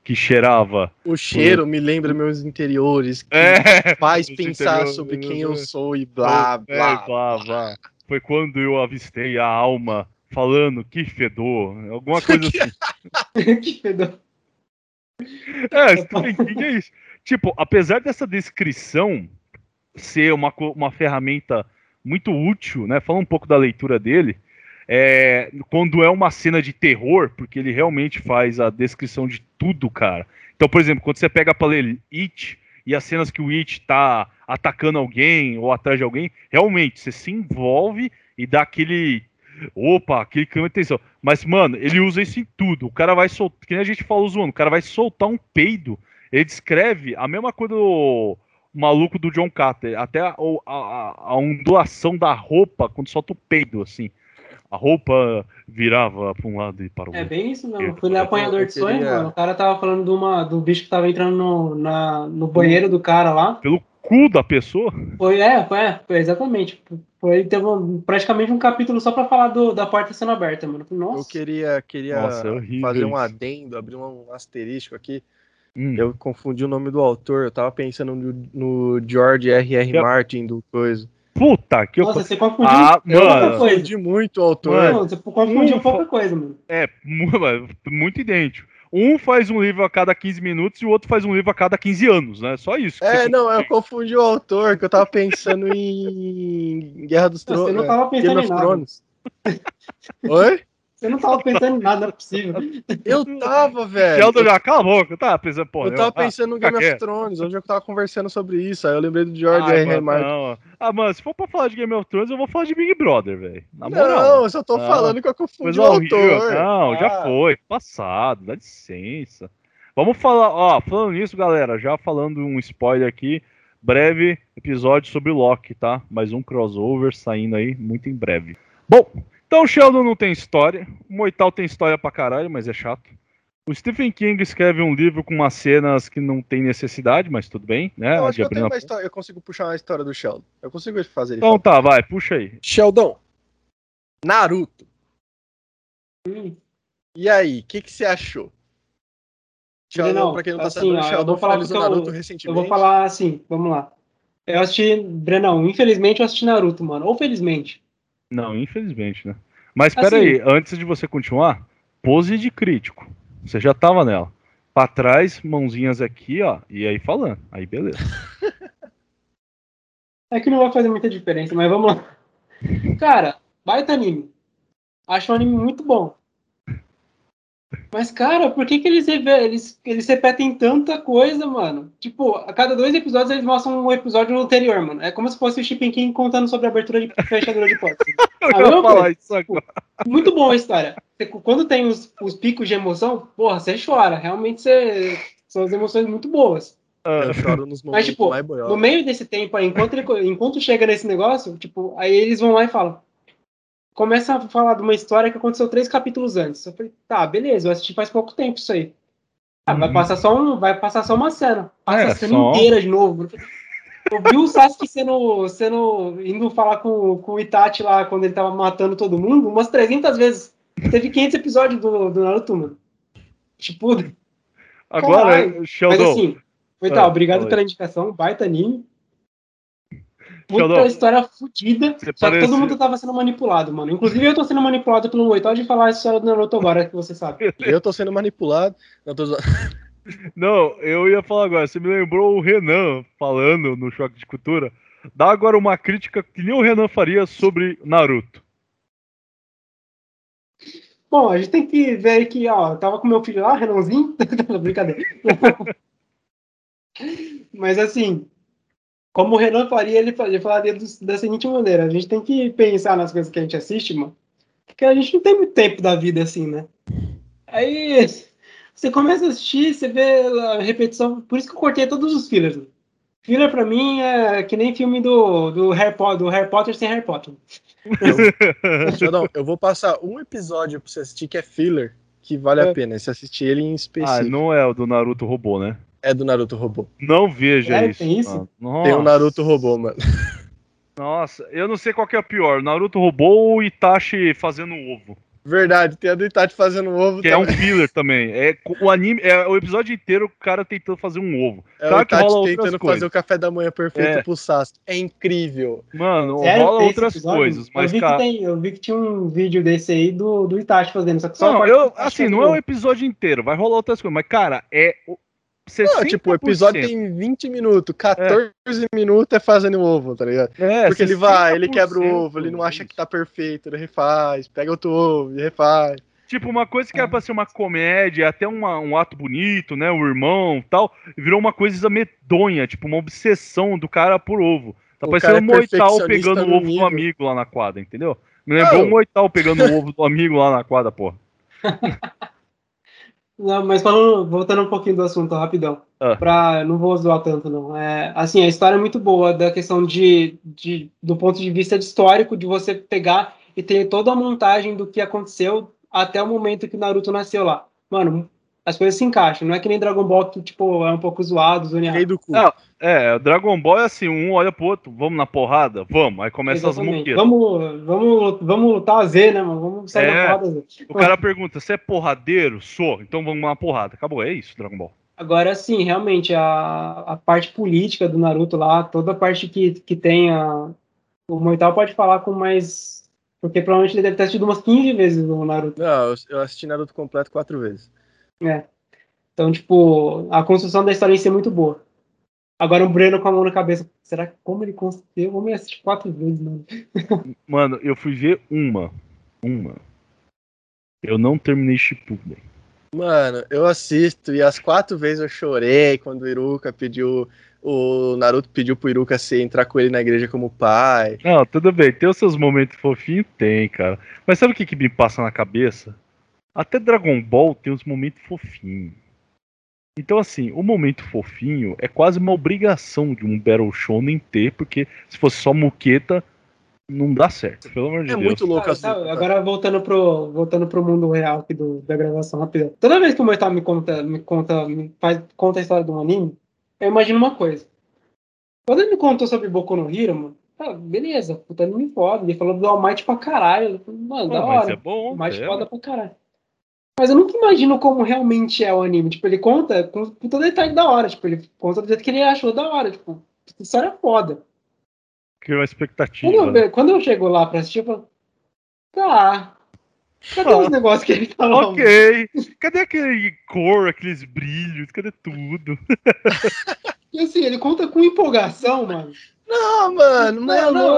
Speaker 3: que cheirava.
Speaker 1: O cheiro me lembra meus interiores, que
Speaker 3: É,
Speaker 1: faz
Speaker 3: Os
Speaker 1: pensar
Speaker 3: interiores,
Speaker 1: sobre quem
Speaker 3: né?
Speaker 1: eu sou e blá,
Speaker 3: é,
Speaker 1: blá.
Speaker 3: blá, blá. Foi quando eu avistei a alma falando que fedor, alguma coisa assim.
Speaker 4: que fedor.
Speaker 3: É, Stephen King é isso. Tipo, apesar dessa descrição ser uma, co- uma ferramenta muito útil, né? Fala um pouco da leitura dele. é, quando é uma cena de terror, porque ele realmente faz a descrição de tudo, cara. Então, por exemplo, quando você pega pra ler It e as cenas que o It tá atacando alguém ou atrás de alguém, realmente você se envolve e dá aquele. Opa, aquele clima de tensão. Mas, mano, ele usa isso em tudo. O cara vai soltar. Que nem a gente falou zoando, o cara vai soltar um peido. Ele descreve a mesma coisa do maluco do John Carter. Até a, a- a ondulação da roupa quando solta o peido, assim. A roupa virava pra um lado e para o
Speaker 4: É
Speaker 3: outro.
Speaker 4: bem isso mesmo.
Speaker 3: Eu-
Speaker 4: Fui ler apanhador
Speaker 1: eu
Speaker 4: de sonho,
Speaker 1: queria-
Speaker 4: um mano. O cara tava falando de uma, do bicho que tava entrando no, na, no banheiro do cara lá.
Speaker 3: Pelo cu, cu da pessoa.
Speaker 4: Foi, é, foi, é, foi exatamente. Foi, teve um- praticamente um capítulo só pra falar do, da porta sendo aberta, mano. Nossa.
Speaker 1: Eu queria, queria
Speaker 3: Nossa, é horrível
Speaker 1: fazer um
Speaker 3: isso.
Speaker 1: adendo, abrir um asterisco aqui.
Speaker 3: Hum.
Speaker 1: Eu confundi o nome do autor, eu tava pensando no, no George R.R.
Speaker 3: Eu-
Speaker 1: Martin do coisa.
Speaker 3: Puta que eu.
Speaker 4: Nossa, você confundiu
Speaker 3: Ah,
Speaker 4: pouca
Speaker 3: mano.
Speaker 4: coisa.
Speaker 1: Confundi muito o autor.
Speaker 3: Mano,
Speaker 4: Não, você confundiu
Speaker 3: Hum,
Speaker 4: pouca coisa, mano.
Speaker 3: É, mu- muito idêntico. Um faz um livro a cada 15 minutos e o outro faz um livro a cada 15 anos, né? Só isso. que
Speaker 1: É,
Speaker 3: você-
Speaker 1: não, eu confundi o autor, que eu tava pensando em Guerra dos
Speaker 4: Não, Você
Speaker 1: Tronos.
Speaker 3: é,
Speaker 4: não tava
Speaker 1: Game
Speaker 4: pensando em
Speaker 1: of
Speaker 4: nada.
Speaker 1: Thrones. Oi?
Speaker 4: Você não tava pensando em nada, não é possível.
Speaker 1: Eu tava, velho.
Speaker 3: Sheldon já cala a boca, tá? Pensando, pô,
Speaker 1: é, Eu tava
Speaker 3: ah,
Speaker 1: pensando no
Speaker 3: fica
Speaker 1: Game of
Speaker 3: quieto.
Speaker 1: Thrones, onde eu tava conversando sobre isso, aí eu lembrei do George
Speaker 3: Ai,
Speaker 1: R.R.
Speaker 3: mano,
Speaker 1: Martin.
Speaker 3: não. Ah, mano, se for pra falar de Game of Thrones, eu vou falar de Big Brother, velho. Na moral.
Speaker 1: Não, eu só tô
Speaker 3: Não.
Speaker 1: falando que eu confundi
Speaker 3: Coisa
Speaker 1: o
Speaker 3: horrível. né?
Speaker 1: autor.
Speaker 3: Não, já
Speaker 1: Ah.
Speaker 3: foi. Passado, dá licença. Vamos falar, ó, falando nisso, galera, já falando um spoiler aqui, breve episódio sobre Loki, tá? Mais um crossover saindo aí, muito em breve. Bom, então o Sheldon não tem história, o Moital tem história pra caralho, mas é chato. O Stephen King escreve um livro com umas cenas que não tem necessidade, mas tudo bem, né?
Speaker 1: Eu
Speaker 3: De
Speaker 1: acho que eu
Speaker 3: abrir
Speaker 1: tenho
Speaker 3: na-
Speaker 1: uma história, eu consigo puxar uma história do Sheldon. Eu consigo fazer ele
Speaker 3: Então tá, vai, puxa aí.
Speaker 1: Sheldon, Naruto,
Speaker 4: Hum.
Speaker 1: e aí, o que, que você achou? Sheldon,
Speaker 4: Não,
Speaker 1: pra quem não tá
Speaker 4: assim,
Speaker 1: sabendo,
Speaker 4: ó, eu
Speaker 1: Sheldon
Speaker 4: vou falar
Speaker 1: finalizou
Speaker 4: porque eu-
Speaker 1: Naruto
Speaker 4: Eu
Speaker 1: recentemente.
Speaker 4: vou falar assim, vamos lá. Eu assisti, Brenão, infelizmente eu assisti Naruto, mano. Ou felizmente.
Speaker 3: Não, infelizmente, né? Mas
Speaker 4: Assim-
Speaker 3: peraí, antes de você continuar, pose de crítico. Você já tava nela. Pra trás, mãozinhas aqui, ó, e aí falando. Aí beleza.
Speaker 4: É que não vai fazer muita diferença, mas vamos lá. Cara, baita anime. Acho um anime muito bom. Mas, cara, por que, que eles, reve- eles, eles repetem tanta coisa, mano? Tipo, a cada dois episódios eles mostram um episódio anterior, mano. É como se fosse o Stephen King contando sobre a abertura de fechadura de porta.
Speaker 3: Eu
Speaker 4: Ah,
Speaker 3: ia
Speaker 4: não,
Speaker 3: falar isso agora.
Speaker 4: Muito bom a história. Você- Quando tem os, os picos de emoção, porra, você chora. Realmente você- são as emoções muito boas.
Speaker 3: Ah.
Speaker 1: Eu choro nos momentos
Speaker 4: tipo,
Speaker 1: mais
Speaker 4: No
Speaker 1: boiosos.
Speaker 4: meio desse tempo aí, enquanto, ele co- enquanto chega nesse negócio, tipo, aí eles vão lá e falam. Começa a falar de uma história que aconteceu três capítulos antes. Eu falei, tá, beleza, eu assisti faz pouco tempo isso aí. Ah, vai
Speaker 3: Uhum.
Speaker 4: passar só um, vai passar só uma cena. Passa
Speaker 3: É,
Speaker 4: a cena
Speaker 3: só.
Speaker 4: inteira de novo. Eu vi o Sasuke sendo, sendo indo falar com, com o Itachi lá quando ele tava matando todo mundo umas 300 vezes. Teve 500 episódios do, do Naruto, mano. Tipo,
Speaker 3: Agora,
Speaker 4: mas
Speaker 3: Sheldon,
Speaker 4: assim, foi
Speaker 3: Ah,
Speaker 4: tal. Obrigado
Speaker 3: fala aí.
Speaker 4: pela indicação, baita anime. Muita
Speaker 3: Sheldon,
Speaker 4: história fodida,
Speaker 3: você
Speaker 4: só que
Speaker 3: parece-
Speaker 4: todo mundo tava sendo manipulado, mano. Inclusive eu tô sendo manipulado pelo Moital de falar a história do Naruto agora, que você sabe.
Speaker 1: Eu tô sendo manipulado. Não, tô... zoando.
Speaker 3: não, eu ia falar agora. Você me lembrou o Renan falando no Choque de Cultura. Dá agora uma crítica que nem o Renan faria sobre Naruto.
Speaker 4: Bom, a gente tem que ver aí que, ó, eu tava com meu filho lá, Renanzinho. Brincadeira. Mas assim, como o Renan faria, ele faria, falaria do- da seguinte maneira: a gente tem que pensar nas coisas que a gente assiste, mano, porque a gente não tem muito tempo da vida assim, né? Aí você começa a assistir, você vê a repetição, por isso que eu cortei todos os fillers. Mano. Filler pra mim é que nem filme do, do, Harry, Potter, do Harry Potter sem Harry Potter.
Speaker 1: Sheldon, eu vou passar um episódio pra você assistir que é filler, que vale a
Speaker 4: É.
Speaker 1: pena. Se assistir ele em
Speaker 3: ah,
Speaker 1: específico.
Speaker 3: não é o do Naruto robô, né?
Speaker 1: É do Naruto Robô.
Speaker 3: Não veja
Speaker 4: É,
Speaker 3: isso.
Speaker 4: tem isso?
Speaker 3: mano.
Speaker 1: Tem o
Speaker 3: Nossa.
Speaker 1: Naruto Robô, mano.
Speaker 3: Nossa, eu não sei qual que é o pior, Naruto roubou ou Itachi fazendo um ovo.
Speaker 1: Verdade, tem a do Itachi fazendo ovo.
Speaker 3: Que é
Speaker 4: Então-
Speaker 3: um filler também. É co- o anime, é o episódio inteiro o cara tentando fazer um ovo.
Speaker 1: É
Speaker 3: Claro
Speaker 1: o
Speaker 3: que rola
Speaker 1: Tati
Speaker 3: outras
Speaker 1: tentando
Speaker 3: coisas.
Speaker 1: fazer o café da manhã perfeito
Speaker 3: É.
Speaker 1: pro Sasuke. É incrível.
Speaker 3: Mano,
Speaker 4: Sério,
Speaker 3: Então, rola
Speaker 4: tem esse
Speaker 3: outras
Speaker 4: episódio?
Speaker 3: coisas, mas
Speaker 4: eu vi,
Speaker 3: cara,
Speaker 4: que tem, eu vi que tinha um vídeo desse aí do, do Itachi fazendo, só que só a
Speaker 3: não,
Speaker 4: parte do
Speaker 3: eu
Speaker 4: Itachi
Speaker 3: assim,
Speaker 4: fazendo.
Speaker 3: não é o episódio inteiro, vai rolar outras coisas, mas cara, é o- 60%.
Speaker 1: Não, tipo, o episódio tem 20 minutos, 14 minutos é fazendo ovo, tá ligado?
Speaker 3: É,
Speaker 1: Porque ele vai, ele
Speaker 3: 60%,
Speaker 1: quebra o ovo, ele não acha que tá perfeito, ele refaz, pega outro ovo e refaz.
Speaker 3: Tipo, uma coisa
Speaker 1: É.
Speaker 3: que era pra ser uma comédia, até uma- um ato bonito, né? O irmão e tal, virou uma coisa medonha, tipo, uma obsessão do cara por ovo. Tá
Speaker 1: O
Speaker 3: parecendo
Speaker 1: cara
Speaker 3: o
Speaker 1: é
Speaker 3: Moital
Speaker 1: perfeccionista
Speaker 3: pegando o
Speaker 1: no
Speaker 3: ovo do
Speaker 1: nível.
Speaker 3: amigo lá na quadra, entendeu? Me lembrou
Speaker 1: Não.
Speaker 3: o Moital pegando o ovo do amigo lá na quadra, porra.
Speaker 4: Não, mas falando, voltando um pouquinho do assunto, rapidão.
Speaker 3: Ah.
Speaker 4: Pra, não vou zoar tanto, não. É, assim, a história é muito boa da questão de, de do ponto de vista de histórico, de você pegar e ter toda a montagem do que aconteceu até o momento que o Naruto nasceu lá. Mano, as coisas se encaixam. Não é que nem Dragon Ball que, tipo, é um pouco zoado,
Speaker 1: Rei
Speaker 4: zoneado.
Speaker 1: do cu.
Speaker 3: Não, É, Dragon Ball é assim, um olha pro outro, vamos na porrada? Vamos. Aí começa as
Speaker 4: Exatamente.
Speaker 3: muquetas.
Speaker 4: Vamos, vamos, vamos lutar a Z, né, mano? Vamos sair
Speaker 3: É.
Speaker 4: da porrada Z.
Speaker 3: O cara pergunta, você é porradeiro? Sou, então vamos na porrada. Acabou, é isso, Dragon Ball.
Speaker 4: Agora, sim, realmente, a, a parte política do Naruto lá, toda a parte que, que tem a... O Moital pode falar com mais... Porque provavelmente ele deve ter assistido umas 15 vezes o Naruto.
Speaker 1: Não, eu- eu assisti Naruto completo quatro vezes.
Speaker 4: Então, tipo, a construção da história em si é muito boa. Agora o Breno com a mão na cabeça. Será que como ele construiu? Eu vou me assistir quatro vezes, mano.
Speaker 3: Mano, eu fui ver uma. Uma. Eu não terminei Shippuden.
Speaker 1: Mano, eu assisto e as quatro vezes eu chorei quando o Iruka pediu. O Naruto pediu pro Iruka se entrar com ele na igreja como pai.
Speaker 3: Não, tudo bem, tem os seus momentos fofinhos? Tem, cara. Mas sabe o que, que me passa na cabeça? Até Dragon Ball tem uns momentos fofinhos. Então, assim, o momento fofinho é quase uma obrigação de um Battle Show nem ter, porque se fosse só muqueta, não dá certo, pelo amor de
Speaker 1: É
Speaker 3: Deus.
Speaker 1: muito louco
Speaker 4: Sabe,
Speaker 1: assim.
Speaker 4: sabe, tá, agora voltando pro, voltando pro mundo real aqui do, da gravação rápida. Toda vez que o Mortal me conta, me conta, me faz, conta a história de um anime, eu imagino uma coisa. Quando ele me contou sobre Boku no Hero, mano, tá, beleza, puta anime foda. Ele falou do All Might pra caralho. Eu falei, mano,
Speaker 3: Pô,
Speaker 4: da
Speaker 3: mas
Speaker 4: hora.
Speaker 3: é bom,
Speaker 4: mais
Speaker 3: é,
Speaker 4: foda pra caralho. Mas eu nunca imagino como realmente é o anime. Tipo, ele conta com puta detalhe da hora. Tipo, ele conta do jeito que ele achou da hora. Tipo, puta história foda.
Speaker 3: Criou
Speaker 4: Quando eu,
Speaker 3: é uma expectativa. né?
Speaker 4: ve- quando eu chego lá pra assistir, eu falo, tá. Cadê os negócios que ele tá falou?
Speaker 3: Ok, cadê aquele cor, aqueles brilhos, cadê tudo?
Speaker 4: E assim, ele conta com empolgação, mano.
Speaker 1: Não, mano,
Speaker 4: Não,
Speaker 1: mano,
Speaker 4: não,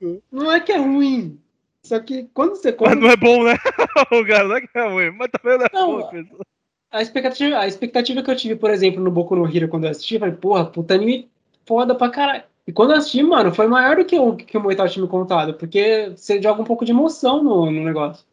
Speaker 1: louco.
Speaker 4: Não é que é ruim. Só que quando você conta.
Speaker 3: Mas não é bom, né? o cara não é que é ruim, mas também não é
Speaker 4: Não,
Speaker 3: boa coisa.
Speaker 4: A expectativa, a expectativa que eu tive, por exemplo, no Boku no Hero quando eu assisti, eu falei, porra, puta anime foda pra caralho. E quando eu assisti, mano, foi maior do que o que o Moital tinha me contado, porque você joga um pouco de emoção no, no negócio.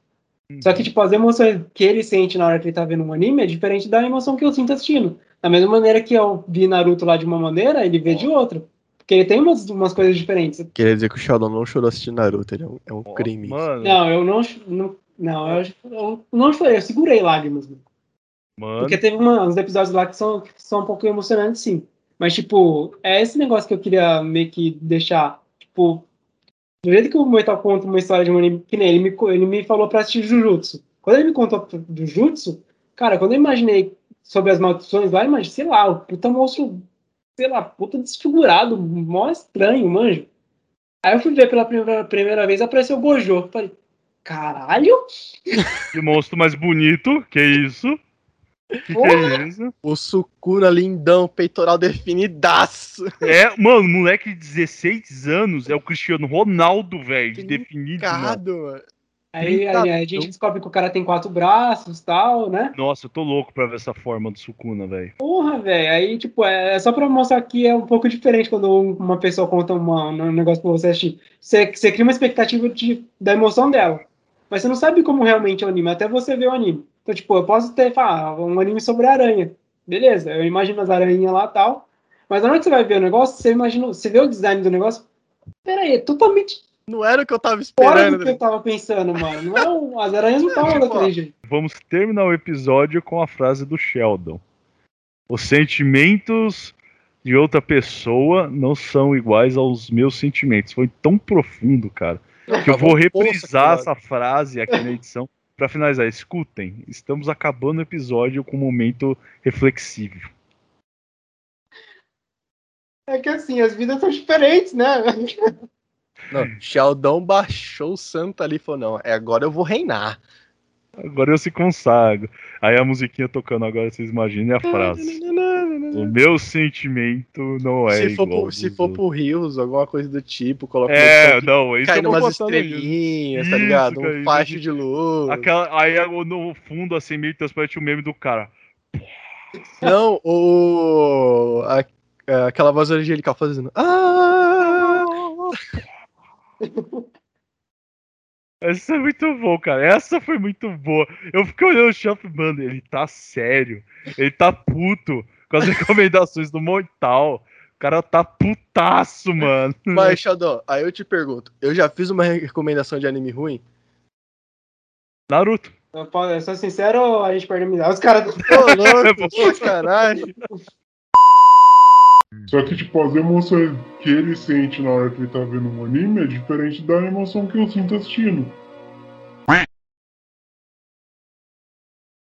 Speaker 4: Só que, tipo, as emoções que ele sente na hora que ele tá vendo um anime é diferente da emoção que eu sinto assistindo. Da mesma maneira que eu vi Naruto lá de uma maneira, ele vê de outra. Porque ele tem umas, umas coisas diferentes.
Speaker 1: Queria dizer que o Sheldon não chorou assistindo Naruto, ele é um, é um
Speaker 3: Ó,
Speaker 1: crime.
Speaker 3: Mano,
Speaker 4: Não, eu não. ch- Não, não eu, eu não chorei, eu segurei lágrimas. mano.
Speaker 3: mano.
Speaker 4: Porque teve uma- uns episódios lá que são, que são um pouco emocionantes, sim. Mas, tipo, é esse negócio que eu queria meio que deixar. Tipo, do jeito que o Moital conta uma história de um anime, que nem ele me, co- ele me falou pra assistir Jujutsu. Quando ele me contou do Jujutsu, cara, quando eu imaginei sobre as maldições lá, eu imaginei, sei lá, o puta monstro, sei lá, puta desfigurado, mó estranho, manjo. Aí eu fui ver pela primeira, primeira vez, apareceu o Gojo. Eu Falei, caralho?
Speaker 3: Que monstro mais bonito, que é isso? Que que é isso?
Speaker 1: O Sukuna lindão, peitoral definidaço.
Speaker 3: É, mano, moleque de 16 anos é o Cristiano Ronaldo, velho, de definido, mano.
Speaker 1: Cado, mano.
Speaker 4: Aí,
Speaker 1: Eita,
Speaker 4: aí a gente descobre que o cara tem quatro braços e tal, né?
Speaker 3: Nossa, eu tô louco pra ver essa forma do Sukuna, velho.
Speaker 4: Porra, velho. Aí, tipo, é é só pra mostrar que é um pouco diferente quando um- uma pessoa conta uma- um negócio pra você assistir. Você, você cria uma expectativa de- da emoção dela. Mas você não sabe como realmente é o anime, até você ver o anime. Então, tipo, eu posso ter, falar, um anime sobre aranha. Beleza, eu imagino as aranhas lá e tal. Mas na hora que você vai ver o negócio, você imagina, você vê o design do negócio. Peraí, é totalmente
Speaker 1: Não era o que eu tava
Speaker 4: fora
Speaker 1: esperando.
Speaker 4: do que eu tava pensando, mano. Não é um- as aranhas não estavam daquele jeito.
Speaker 3: Vamos terminar o episódio com a frase do Sheldon. Os sentimentos de outra pessoa não são iguais aos meus sentimentos. Foi tão profundo, cara. que eu vou reprisar essa frase aqui na edição para finalizar. Escutem, estamos acabando o episódio com um momento reflexivo.
Speaker 4: É que assim, as vidas são diferentes, né?
Speaker 1: Não, Sheldon baixou o santo ali e falou: não, é agora eu vou reinar.
Speaker 3: Agora eu se consagro. Aí a musiquinha tocando agora, vocês imaginem a frase. O meu sentimento não é
Speaker 1: se, for
Speaker 3: igual.
Speaker 1: pro,
Speaker 3: ao
Speaker 1: se
Speaker 3: dos
Speaker 1: for
Speaker 3: outros.
Speaker 1: pro Rios, alguma coisa do tipo, coloca
Speaker 3: É,
Speaker 1: um
Speaker 3: não, isso
Speaker 1: cai
Speaker 3: eu vou
Speaker 1: umas
Speaker 3: botar no livro.
Speaker 1: estrelinhas, tá
Speaker 3: Isso,
Speaker 1: ligado?
Speaker 3: cara, isso
Speaker 1: Um facho
Speaker 3: aqui.
Speaker 1: de luz.
Speaker 3: Aquela, aí é no fundo, assim, meio transparente o meme do cara.
Speaker 1: Não, o. a- a- aquela voz angelical fazendo. Ah!
Speaker 3: Essa é muito bom, cara. Essa foi muito boa. Eu fiquei olhando o chefe, mano, ele tá sério. Ele tá puto com as recomendações do Mortal. O cara tá putaço, mano.
Speaker 1: Mas, Sheldon, aí eu te pergunto: eu já fiz uma recomendação de anime ruim?
Speaker 3: Naruto.
Speaker 4: Eu, posso- eu sou sincero, a gente perdeu a amizade. Os caras.
Speaker 1: Ô, louco, pô, caralho.
Speaker 2: Só que, tipo, as emoções que ele sente na hora que ele tá vendo um anime é diferente da emoção que eu sinto assistindo.